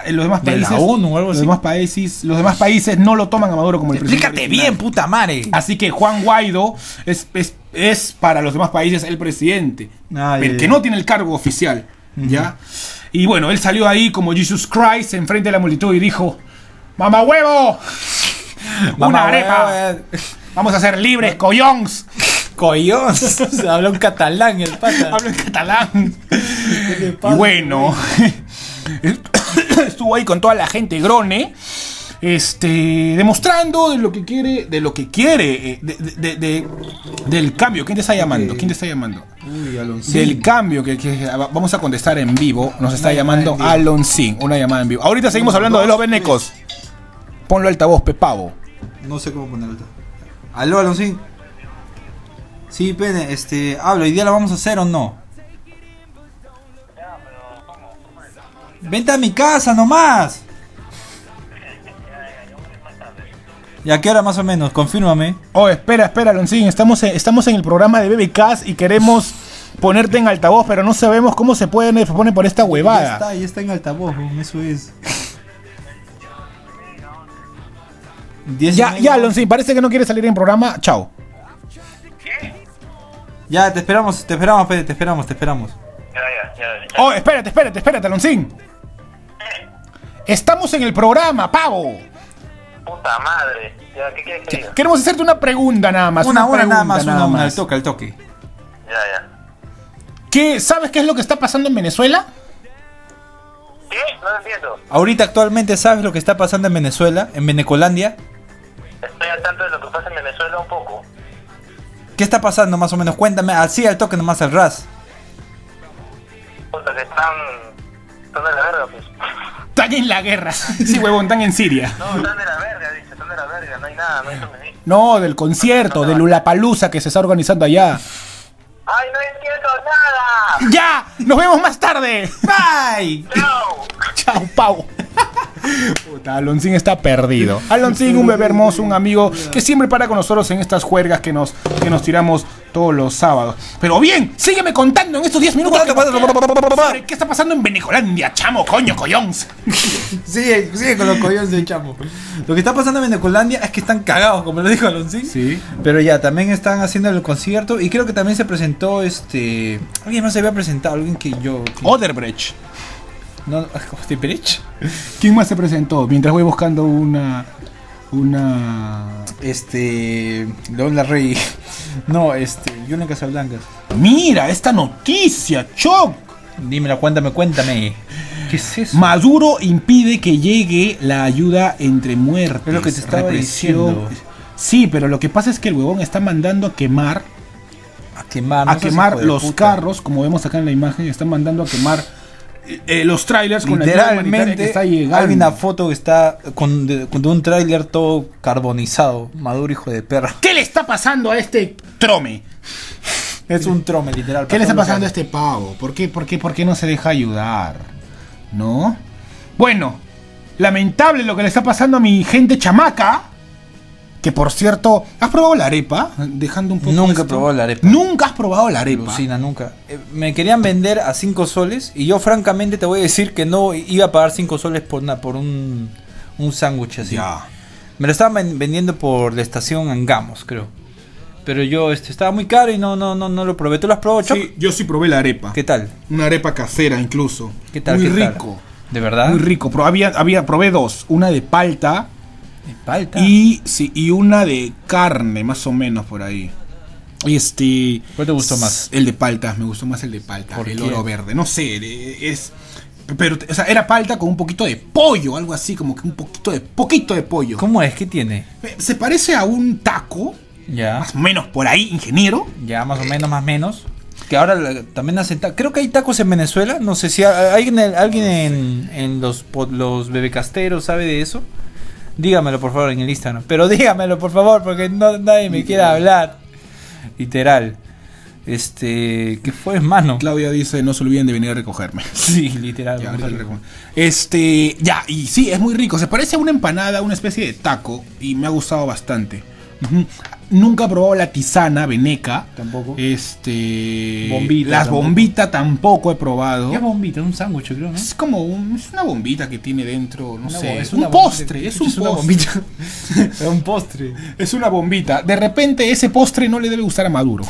S2: en los demás
S3: De la
S2: países.
S3: ONU o algo
S2: los
S3: así.
S2: demás países, los demás países no lo toman a Maduro como el presidente.
S3: Explícate
S2: original.
S3: bien, puta madre.
S2: Así que Juan Guaidó es, es- es para los demás países el presidente.
S3: Ah, ya,
S2: el
S3: ya.
S2: que no tiene el cargo oficial. ¿Ya? Y bueno, él salió ahí como Jesus Christ enfrente de la multitud y dijo: ¡Mamá huevo! ¡Una
S3: Mamá,
S2: arepa!
S3: weón, weón.
S2: ¡Vamos a ser libres, coyons!
S3: Collón, se habló en catalán el pata.
S2: Hablo en catalán. Y bueno, estuvo ahí con toda la gente grone. Este, demostrando de lo que quiere, de lo que quiere, eh, de- de- de- de- del cambio. ¿Quién te está llamando? ¿Quién te está llamando? Del cambio que, que- vamos a contestar en vivo. Nos está llamando Alonso. Una llamada en vivo. Ahorita seguimos hablando de los venecos. Ponlo altavoz, pepavo.
S4: No sé cómo ponerlo. Aló, Alonsín.
S3: Sí, pene, este, hablo, hoy día la vamos a hacer o no? Vente a mi casa nomás. ¿Y a qué hora más o menos? Confírmame.
S2: Oh, espera, espera, Loncín. Estamos en, estamos en el programa de BBKs y queremos ponerte en altavoz, pero no sabemos cómo se puede, se pone por esta
S4: Ya
S2: huevada.
S4: está, ya está en altavoz, weón, eso es.
S3: Diez y
S2: Ya,
S3: media.
S2: ya, Loncín, parece que no quiere salir en programa. Chao.
S3: Ya, te esperamos, te esperamos, pene, te esperamos, te esperamos.
S2: Oh, espérate, espérate, espérate, Loncín. Estamos en el programa, pavo.
S7: Puta madre. Ya, ¿qué quieres que diga?
S2: Queremos hacerte una pregunta nada más.
S3: Una, hora nada
S2: pregunta
S3: más, una, una, al toque, al toque.
S7: Ya, ya.
S2: ¿Qué, ¿Sabes qué es lo que está pasando en Venezuela?
S7: ¿Qué? No lo entiendo.
S3: Ahorita actualmente sabes lo que está pasando en Venezuela, en Venecolandia.
S7: Estoy al tanto de lo que pasa en Venezuela un poco.
S3: ¿Qué está pasando más o menos? Cuéntame, así al toque nomás al ras.
S7: Puta, que están... Están de la verga, pues.
S2: Están en la guerra. Sí, huevón, están en Siria.
S7: No, están de la verga, dice. Están de la verga. No hay nada, no hay suministro.
S2: No, del concierto, de Lulapalusa que se está organizando allá.
S7: ¡Ay, no entiendo nada!
S2: ¡Ya! ¡Nos vemos más tarde! ¡Bye!
S7: ¡Chao!
S2: Chao, Pau. Puta, Alonsín está perdido. Alonsín, un bebé hermoso, un amigo que siempre para con nosotros en estas juergas que nos, que nos tiramos todos los sábados. Pero bien, sígueme contando en estos 10 minutos que nos quedan sobre qué está pasando en Venecolandia, chamo, coño, collons.
S4: Sigue, sigue con los coyones de chamo.
S3: Lo que está pasando en Venecolandia es que están cagados, como lo dijo Alonsín.
S2: Sí.
S3: Pero ya, también están haciendo el concierto y creo que también se presentó este... Alguien más se había presentado, alguien que yo...
S2: Oh.
S3: que-
S2: Oderbrecht.
S3: No, ¿Te Perich?
S2: ¿Quién más se presentó? Mientras voy buscando una. Una.
S3: Este... León Larrey. No, este... Julian Casablancas.
S2: Mira, esta noticia, Choc.
S3: Dímela, cuéntame, cuéntame. ¿Qué es eso?
S2: Maduro impide que llegue la ayuda entre muertes.
S3: Es lo que te estaba diciendo.
S2: Sí, pero lo que pasa es que el huevón está mandando a quemar,
S3: a quemar,
S2: a
S3: no seas hijo
S2: quemar
S3: de
S2: los
S3: puta.
S2: carros, como vemos acá en la imagen, está mandando a quemar eh, eh, los trailers con la ayuda humanitaria que
S3: Literalmente
S2: está
S3: hay una
S2: llegando.
S3: foto que está con, de- con un tráiler todo carbonizado. Maduro, hijo de perra.
S2: ¿Qué le está pasando a este trome?
S3: Es un trome, literal.
S2: ¿Qué le está
S3: Pasó
S2: pasando a
S3: lo que-
S2: este pavo? ¿Por qué, por qué, por qué no se deja ayudar? ¿No? Bueno, lamentable lo que le está pasando a mi gente chamaca. Que por cierto, ¿has probado la arepa? Dejando un poco.
S3: Nunca he
S2: esto.
S3: probado la arepa.
S2: Nunca has probado la arepa.
S3: Alucina, nunca. Eh, me querían vender a 5 soles y yo francamente te voy a decir que no iba a pagar 5 soles por, una, por un, un sándwich así.
S2: Ya.
S3: Me lo estaban ven- vendiendo por la estación Angamos, creo. Pero yo este, estaba muy caro y no, no, no, no lo probé. ¿Tú lo has probado, Choc?
S2: Sí, yo sí probé la arepa.
S3: ¿Qué tal?
S2: Una arepa casera incluso.
S3: ¿Qué tal?
S2: Muy
S3: ¿Qué tal?
S2: rico.
S3: ¿De verdad?
S2: Muy rico. Pero había, había, probé dos. Una de palta
S3: Palta.
S2: y, sí, y una de carne, más o menos por ahí. Y este.
S3: ¿Cuál te gustó más?
S2: El de palta, me gustó más el de palta.
S3: ¿Por
S2: el
S3: qué?
S2: oro verde, no sé, de- es. Pero, o sea, era palta con un poquito de pollo, algo así, como que un poquito de poquito de pollo.
S3: ¿Cómo es? ¿Qué tiene?
S2: Eh, Se parece a un taco,
S3: Ya,
S2: más o menos por ahí, ingeniero.
S3: ya más o menos, más o menos. Que ahora la- también hacen tacos. Creo que hay tacos en Venezuela. No sé si a- alguien, alguien en, en los, pod- los bebecasteros sabe de eso. Dígamelo por favor en el Instagram. Pero dígamelo por favor porque no, nadie me quiere hablar. Literal. Este, ¿qué fue, hermano?
S2: Claudia dice, no se olviden de venir a recogerme.
S3: Sí, literal.
S2: Ya,
S3: vamos
S2: ahorita
S3: a-
S2: le recomiendo. Este, ya, y sí, es muy rico. Se parece a una empanada, una especie de taco, y me ha gustado bastante. Ujú. Nunca he probado la tisana veneca.
S3: Tampoco.
S2: Este.
S3: Bombita
S2: Las
S3: tampoco.
S2: bombitas tampoco he probado.
S3: ¿Qué bombita? Un sándwich, creo, ¿no?
S2: Es como un- es una bombita que tiene dentro, no
S3: Una
S2: sé.
S3: bo- es
S2: un
S3: una bombita.
S2: postre, es
S3: Chucha,
S2: un
S3: es una
S2: postre.
S3: Es un postre.
S2: Es una bombita. De repente ese postre no le debe gustar a Maduro.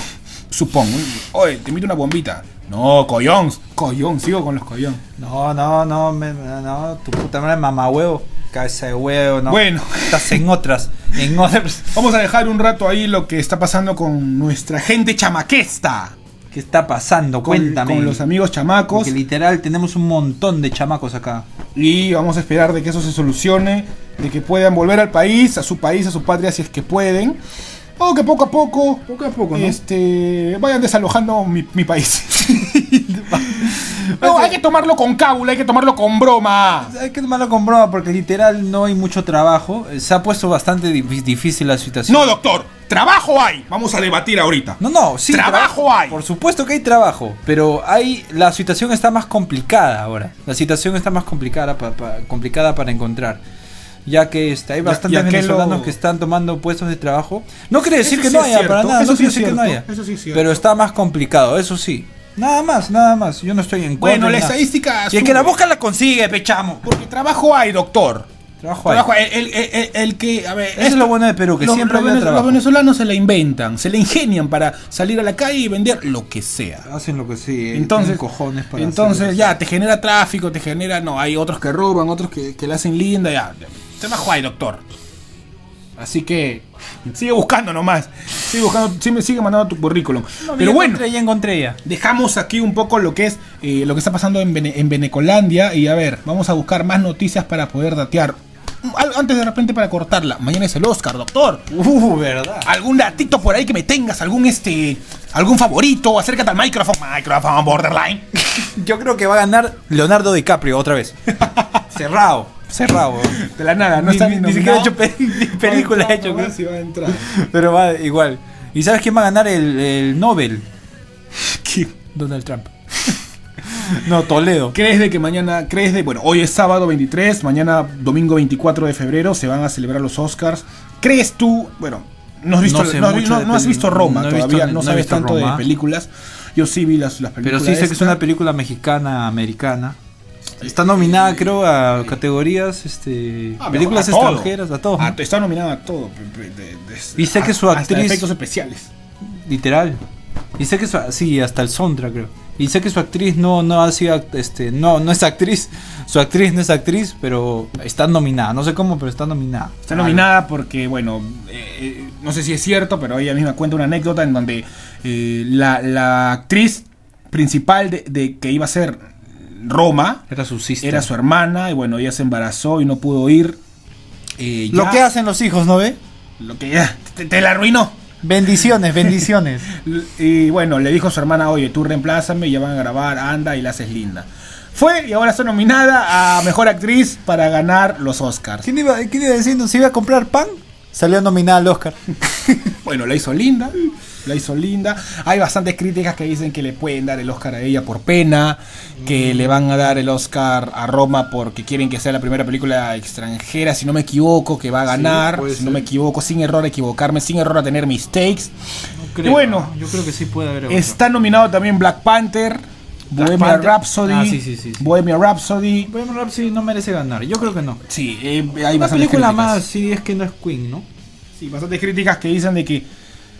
S2: Supongo. Oye, te invito una bombita. No, collón. Collón, sigo con los collón.
S3: No, no, no, me- me- no, tu puta madre, mamá huevo, cabeza de huevo, no.
S2: Bueno.
S3: Estás en otras, en otras.
S2: Vamos a dejar un rato ahí lo que está pasando con nuestra gente chamaquesta.
S3: ¿Qué está pasando?
S2: Con,
S3: Cuéntame.
S2: con los amigos chamacos.
S3: Porque literal tenemos un montón de chamacos acá.
S2: Y vamos a esperar de que eso se solucione. De que puedan volver al país, a su país, a su patria, si es que pueden. O que poco a poco,
S4: Poco a poco, ¿no?
S2: este, vayan desalojando mi, mi país. no, hay que tomarlo con cábula, hay que tomarlo con broma.
S3: Hay que tomarlo con broma porque literal no hay mucho trabajo. Eh, Se ha puesto bastante dif- difícil la situación.
S2: No, doctor, trabajo hay. Vamos a debatir ahorita.
S3: No, no, sí.
S2: Trabajo hay.
S3: Por supuesto que hay trabajo, pero hay la situación está más complicada ahora. La situación está más complicada, pa- pa- complicada para encontrar. Ya que este, hay bastantes
S2: ya que
S3: venezolanos
S2: lo-
S3: que están tomando puestos de trabajo. No quiere decir
S2: Eso
S3: que
S2: sí
S3: no
S2: es
S3: haya para
S2: cierto,
S3: nada,
S2: eso
S3: no
S2: sí
S3: quiere
S2: es
S3: decir que no
S2: cierto,
S3: haya.
S2: eso sí es cierto.
S3: pero está más complicado, eso sí. Nada más, nada más. Yo no estoy en contra.
S2: Bueno,
S3: ni
S2: la
S3: nada.
S2: estadística
S3: Y el
S2: sube.
S3: que la busca la consigue, pechamo.
S2: Porque trabajo hay, doctor.
S3: Trabajo hay.
S2: Trabajo hay. El, el- el- el que, a ver,
S3: Eso es lo bueno de Perú, que
S2: los-
S3: siempre
S2: los
S3: había
S2: venez-
S3: trabajo.
S2: Los venezolanos se la inventan, se la ingenian para salir a la calle y vender lo que sea.
S3: Hacen lo que sí. eh,
S2: Entonces,
S3: tienen cojones para hacer lo
S2: entonces
S3: que
S2: ya, te genera tráfico, te genera, no, hay otros que roban, otros que, que la hacen linda, ya. ya. Trabajo hay, doctor. Así que sigue buscando nomás. Sigue buscando, sigue, sigue mandando tu currículum.
S3: sea. No,
S2: Pero
S3: ya
S2: bueno,
S3: encontré, ya encontré ya.
S2: Dejamos aquí un poco lo que es eh, lo que está pasando en, Vene- en Venecolandia y a ver, vamos a buscar más noticias para poder datear. Al- Antes de repente para cortarla, mañana es el Oscar, doctor.
S3: Uh, verdad.
S2: ¿Algún datito por ahí que me tengas? ¿Algún este algún favorito? Acércate al micrófono. Micrófono borderline.
S3: Yo creo que va a ganar Leonardo DiCaprio otra vez. Cerrado. Cerrado.
S2: De la nada,
S3: no está ni siquiera ha hecho
S2: películas
S3: pe- ni película ha hecho. creo.
S2: va a entrar.
S3: Pero va igual. ¿Y sabes quién va a ganar el, el Nobel? Donald Trump. No, Toledo.
S2: ¿Crees de que mañana, crees de, bueno, hoy es sábado 23, mañana domingo 24 de febrero se van a celebrar los Oscars? ¿Crees tú, bueno, No has visto,
S3: no sé
S2: no-
S3: mucho
S2: no-
S3: de
S2: no has
S3: peli-
S2: visto Roma
S3: no he visto-
S2: todavía,
S3: no
S2: no
S3: he
S2: sabes
S3: visto
S2: tanto
S3: Roma.
S2: de películas. Yo sí vi las, las
S3: Pero
S2: películas.
S3: sí sé que es
S2: esta.
S3: una película mexicana, americana. Está nominada, creo, a categorías, este,
S2: Ah,
S3: películas
S2: a todo.
S3: extranjeras, a todo.
S2: Ah, está nominada a todo. pe- pe- de- de-
S3: Y sé que su
S2: hasta
S3: actriz-
S2: efectos especiales.
S3: Literal. Y sé que su, sí, hasta el Sondra creo. Y sé que su actriz no, no ha sido act- este, no, no es actriz. Su actriz no es actriz, pero está nominada. No sé cómo, pero está nominada.
S2: Está nominada porque, bueno, eh, eh, no sé si es cierto, pero ella misma cuenta una anécdota en donde eh, la, la actriz principal de, de que iba a ser Roma
S3: Ah, Era su sister.
S2: era su hermana y bueno, ella se embarazó y no pudo ir. Eh,
S3: Lo
S2: ya-
S3: que hacen los hijos, ¿no ve?
S2: Lo que ya, te, te la arruinó.
S3: Bendiciones, bendiciones.
S2: L- Y bueno, le dijo a su hermana, oye, tú reemplázame, ya van a grabar, anda y la haces linda. Fue y ahora está nominada a Mejor Actriz para ganar los Oscars.
S3: ¿Quién iba, ¿Quién iba a decir? ¿Se iba a comprar pan? Salió nominada al Oscar.
S2: Bueno, la hizo linda, la hizo linda. Hay bastantes críticas que dicen que le pueden dar el Oscar a ella por pena, que
S3: Mm.
S2: le van a dar el Oscar a Roma porque quieren que sea la primera película extranjera, si no me equivoco, que va a ganar, si no me equivoco, sin error a equivocarme, sin error a tener mistakes. creo. bueno,
S3: yo creo que sí puede haber.
S2: Está nominado también Black Panther,
S3: Black
S2: Bohemian
S3: Panther.
S2: Rhapsody,
S3: Ah, sí, sí, sí, sí.
S2: Bohemian Rhapsody.
S3: Bohemian Rhapsody no merece ganar. Yo creo que no.
S2: Sí, eh, hay
S3: Una
S2: bastantes
S3: película
S2: críticas.
S3: más, sí, es que no es Queen, ¿no?
S2: Sí, bastantes críticas que dicen de que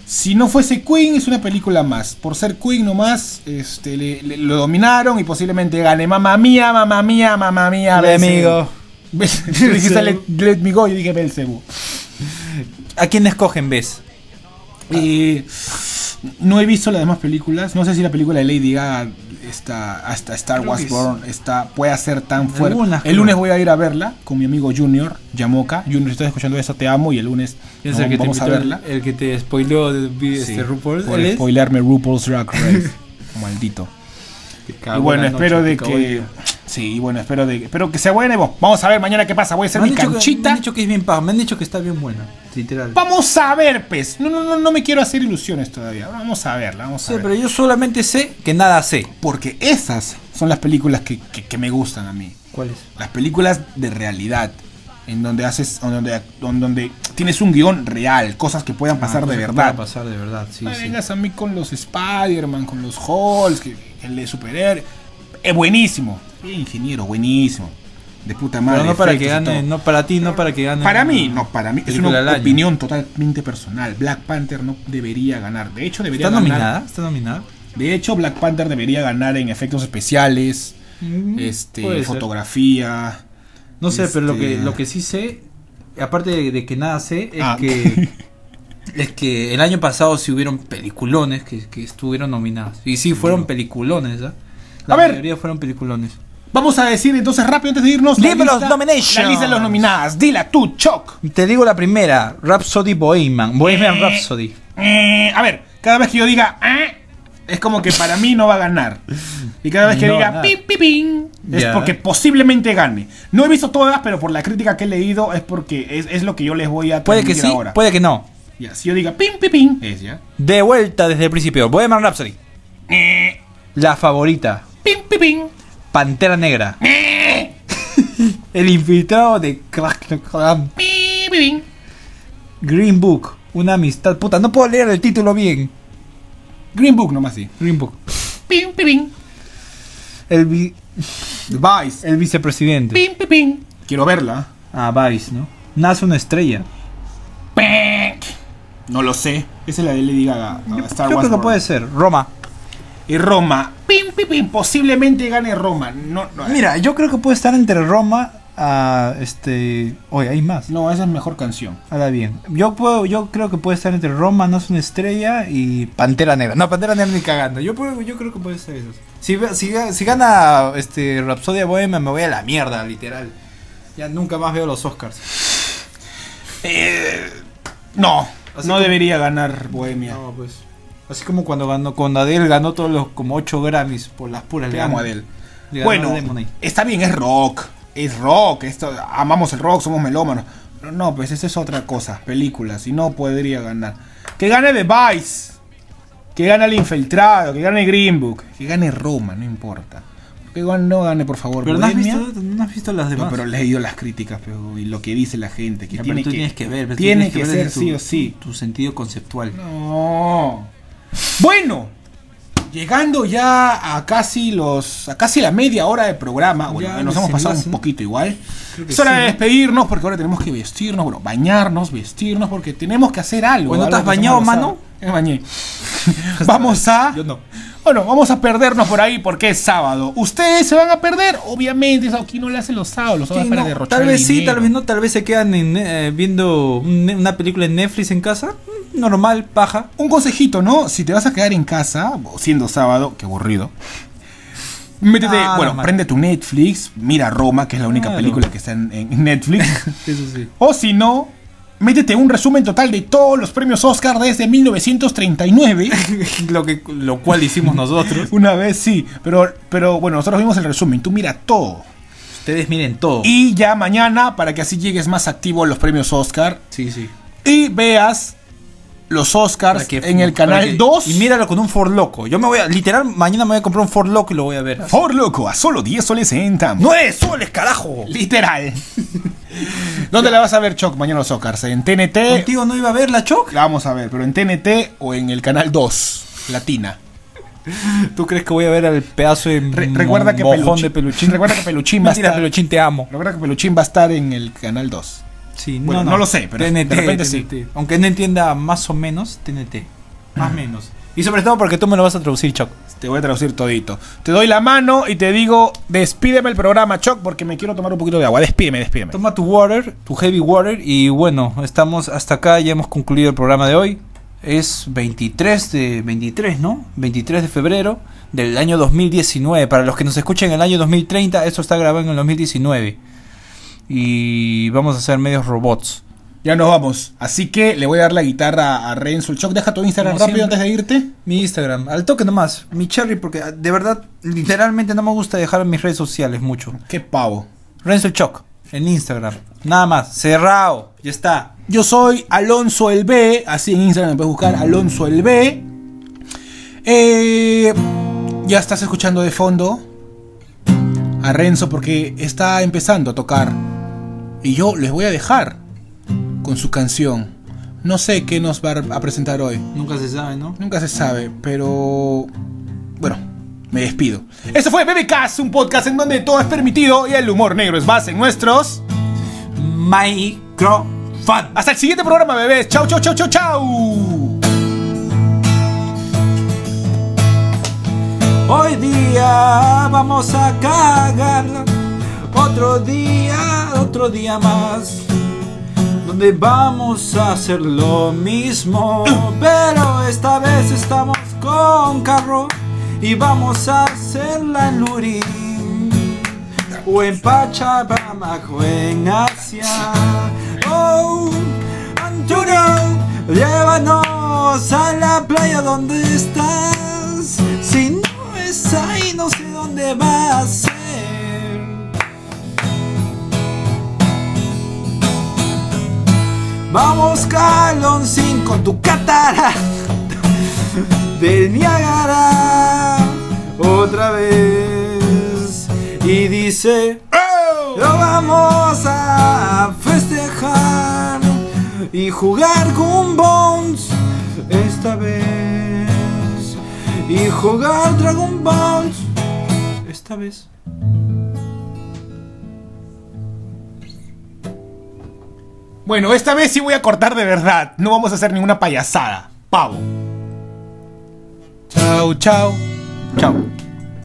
S2: si no fuese Queen es una película más. Por ser Queen nomás, este, le- le- lo dominaron y posiblemente gane. Mamá mía, mamá mía, mamá mía. Belcebú". Tú dijiste let, Let me go, yo dije Belcebú.
S3: ¿A quién escogen, ves?
S2: Eh, no he visto las demás películas. No sé si la película de Lady Gaga, esta, hasta Star
S3: Creo
S2: Wars
S3: que sí.
S2: Born, está, puede ser tan fuerte.
S3: Algunas,
S2: el
S3: creo.
S2: lunes voy a ir a verla con mi amigo Junior Yamoka. Junior, si estás escuchando eso, te amo. Y el lunes
S3: Es
S2: no,
S3: el que
S2: vamos
S3: te
S2: a
S3: invitó,
S2: verla.
S3: El, el que te spoileó de, de
S2: Sí,
S3: este RuPaul.
S2: por
S3: ¿él es?
S2: spoilearme RuPaul's Drag Race. Maldito.
S3: Te
S2: Y
S3: cago
S2: Ah, bueno,
S3: en la
S2: espero
S3: noche,
S2: de
S3: te cago en
S2: que.
S3: la-
S2: Sí, y bueno, espero de Espero que sea buena. y bueno, Vamos a ver mañana qué pasa. Voy a hacer
S3: Me han,
S2: mi
S3: dicho que, me
S2: canchita.
S3: han dicho que es bien paga, me han dicho que está bien buena, literal.
S2: Vamos a ver, pez. No, no, no, no me quiero hacer ilusiones todavía. Vamos a verla, vamos a
S3: Sí,
S2: ver.
S3: pero yo solamente sé que nada sé.
S2: Porque esas son las películas que, que- que me gustan a mí.
S3: ¿Cuál es?
S2: Las películas de realidad. En donde haces. en donde, en donde tienes un guión real. Cosas que
S3: Ah,
S2: puedan pasar de verdad.
S3: pasar de verdad, sí,
S2: No me
S3: sí.
S2: vengas a mí con los Spider-Man, con los Halls, que, el de superhéroe. Es buenísimo. Sí, ingeniero, buenísimo. De puta madre.
S3: Pero no para que
S2: efectos y
S3: gane,
S2: todo.
S3: no para ti, no para que gane.
S2: Para
S3: una
S2: mí, no, para mí. Es
S3: película del
S2: una
S3: año.
S2: opinión totalmente personal. Black Panther no debería ganar. De hecho, debería
S3: ¿Está
S2: ganar.
S3: nominada? ¿Está nominada?
S2: De hecho, Black Panther debería ganar en efectos especiales,
S3: Mm, puede
S2: este,
S3: ser.
S2: fotografía.
S3: No sé, pero lo que,
S2: Este-
S3: lo que sí sé, aparte de, de que nada sé, es
S2: Ah.
S3: que es que el año pasado sí hubieron peliculones que, que estuvieron nominados. Y sí, fueron peliculones, ¿ah? La
S2: A ver.
S3: mayoría fueron peliculones.
S2: Vamos a decir entonces rápido antes de irnos.
S3: Dime los nominations.
S2: La lista de los nominadas. Dila tú, Choc.
S3: Te digo la primera, Rhapsody Bohemian, Bohemian
S2: Eh.
S3: Rhapsody.
S2: Eh, a ver, cada vez que yo diga "Ah", es como que para mí no va a ganar. Y cada vez que
S3: No va a
S2: diga
S3: ganar.
S2: pim, pim, pim, es
S3: Ya.
S2: porque posiblemente gane. No he visto todas, pero por la crítica que he leído es porque es, es lo que yo les voy a
S3: Puede que
S2: transmitir
S3: sí,
S2: ahora.
S3: puede que no.
S2: Ya, si yo diga pim, pim, pim, es ya.
S3: De vuelta desde el principio, Bohemian Rhapsody.
S2: Eh,
S3: La favorita,
S2: pim, pim, pim.
S3: Pantera Negra.
S2: Eh.
S3: el infiltrado de Crack Clan.
S2: pim, pim, pim.
S3: Green Book, una amistad. Puta, no puedo leer el título bien.
S2: Green Book nomás sí.
S3: Green Book.
S2: Pim, pim, pim.
S3: El, vi-
S2: Vice.
S3: el vicepresidente.
S2: Pim, pim, pim. Quiero verla.
S3: Ah, Vice, ¿no? Nace una estrella.
S2: No lo sé. Esa es la de Lady Gaga. Star
S3: Yo
S2: Wars
S3: creo que
S2: Born.
S3: puede ser. Roma.
S2: Y Roma. Pim, pim, pim. Posiblemente gane Roma. No, no,
S3: Mira, yo creo que puede estar entre Roma a este. Oye, hay más.
S2: No, esa es mejor canción.
S3: Ahora bien, yo puedo, yo creo que puede estar entre Roma, Nace una estrella y Pantera Negra. No, Pantera Negra ni cagando. Yo, puedo- yo creo que puede ser eso. Si, si, si gana este Rhapsodia Bohemia me voy a la mierda, literal. Ya nunca más veo los Oscars.
S2: Eh, No,
S3: Así
S2: no
S3: como-
S2: debería ganar Bohemia.
S3: No, pues. Así como cuando ganó, cuando Adele ganó todos los como 8 Grammys por las puras.
S2: Te
S3: le
S2: amo
S3: ganó-
S2: a él.
S3: le ganó a
S2: Bueno,
S3: Lemonade.
S2: está bien, es rock. Es rock. Esto, amamos el rock, somos melómanos. Pero No, pues esa es otra cosa. Películas. Y no podría ganar. Que gane The Vice. Que gane El Infiltrado. Que gane Green Book. Que gane Roma, no importa. Que igual no gane, por favor.
S3: Pero no has,
S2: Bohemia.
S3: visto, no has visto las demás.
S2: No, pero he leído las críticas pero, y lo que dice la gente. Que
S3: Ya, pero
S2: tiene
S3: tú
S2: que,
S3: tienes que ver. pero
S2: tiene que,
S3: ver
S2: ser
S3: desde
S2: sí
S3: tu-
S2: o sí.
S3: Tu sentido conceptual.
S2: No. Bueno, llegando ya a casi los a casi la media hora de programa, bueno, eh,
S3: Ya,
S2: nos hemos pasado
S3: desenlace.
S2: un poquito igual.
S3: Creo que
S2: Es hora
S3: sí,
S2: de
S3: ¿no?
S2: despedirnos porque ahora tenemos que vestirnos, bueno, bañarnos, vestirnos porque tenemos que hacer algo.
S3: Bueno, ¿te
S2: algo
S3: has
S2: que se
S3: bañado,
S2: llama
S3: mano?
S2: sábado. Ya me bañé. vamos a
S3: Yo no.
S2: Bueno, vamos a perdernos por ahí porque es sábado. Ustedes se van a perder, obviamente, eso aquí no le hacen los sábados, los sábados
S3: Sí,
S2: para
S3: no,
S2: derrochar
S3: tal
S2: el
S3: vez sí,
S2: dinero.
S3: tal vez no, tal vez se quedan en, eh, viendo un- una película en Netflix en casa. Mm, Normal, paja.
S2: Un consejito, ¿no? Si te vas a quedar en casa, siendo sábado, qué aburrido. Métete,
S3: Ah,
S2: bueno,
S3: normal.
S2: prende tu Netflix, mira Roma, que es la única
S3: Claro.
S2: película que está en, en Netflix.
S3: Eso sí.
S2: o si no, métete un resumen total de todos los premios Oscar desde 1939.
S3: lo, que, lo cual hicimos nosotros.
S2: Una vez sí, pero, pero bueno, nosotros vimos el resumen, tú mira todo.
S3: Ustedes miren todo.
S2: Y ya mañana, para que así llegues más activo a los premios Oscar,
S3: sí, sí.
S2: y veas los Oscars
S3: Para que-
S2: en el
S3: para
S2: canal
S3: que-
S2: 2.
S3: Y míralo con un Ford Loco. Yo me voy a, literal, mañana me voy a comprar un Ford Loco y lo voy a ver.
S2: For loco, a solo 10 soles en Tampa.
S3: ¡Nueve soles, carajo!
S2: Literal. ¿Dónde la vas a ver, Choc, mañana los Oscars? ¿En TNT?
S3: ¿Contigo no iba a ver la choc?
S2: La vamos a ver, pero en TNT o en el canal 2, Latina.
S3: ¿Tú crees que voy a ver al pedazo de
S2: Re- recuerda, que
S3: mojón
S2: Peluchín,
S3: de peluchín?
S2: recuerda que Peluchín va a
S3: Mentira,
S2: estar.
S3: peluchín, te amo.
S2: Recuerda que Peluchín va a estar en el canal 2.
S3: Sí,
S2: Bueno, no lo sé, pero
S3: TNT,
S2: de repente
S3: TNT. Aunque no entienda más o menos, TNT. Más o menos. Y sobre todo porque tú me lo vas a traducir, Choc.
S2: Te voy a traducir todito. Te doy la mano y te digo, despídeme el programa, Choc, porque me quiero tomar un poquito de agua. Despídeme, despídeme.
S3: Toma tu water, tu heavy water. Y bueno, estamos hasta acá, ya hemos concluido el programa de hoy. Es 23 de 23, ¿no? 23 de febrero del año 2019. Para los que nos escuchen en el año 2030, esto está grabado en el 2019. Y vamos a ser medios robots.
S2: Ya nos vamos. Así que le voy a dar la guitarra a Renzo. Choc, deja tu Instagram
S3: Como
S2: rápido
S3: siempre.
S2: antes de irte.
S3: Mi Instagram, al toque nomás, mi Cherry, porque ah, de verdad, literalmente no me gusta dejar mis redes sociales mucho.
S2: Qué pavo.
S3: Renzo el Choc, en Instagram. Nada más, cerrado, ya está.
S2: Yo soy Alonso el B, así en Instagram me puedes buscar Alonso el B. Eh, ya estás escuchando de fondo a Renzo porque está empezando a tocar. Y yo les voy a dejar con su canción. No sé qué nos va a presentar hoy.
S3: Nunca se sabe, ¿no?
S2: Nunca se sabe, pero bueno, me despido. Esto fue BBK, un podcast en donde todo es permitido y el humor negro es base en nuestros.
S3: Microfan.
S2: Hasta el siguiente programa, bebés. Chau, chau, chau, chau, chau.
S3: Hoy día vamos a cagarla. Otro día, otro día más. Donde vamos a hacer lo mismo. Pero esta vez estamos con carro. Y vamos a hacerla en Lurín. O en Pachabama o en Asia. Oh, Antonio, llévanos a la playa donde estás. Si no es ahí, no sé dónde va a ser. Vamos, Caloncín, con tu catarata del Niágara otra vez. Y dice. Lo vamos a festejar y jugar con Bones esta vez. Y jugar Dragon Balls esta vez.
S2: Bueno, esta vez sí voy a cortar de verdad. No vamos a hacer ninguna payasada. Pavo. Chau, chau.
S3: Chao.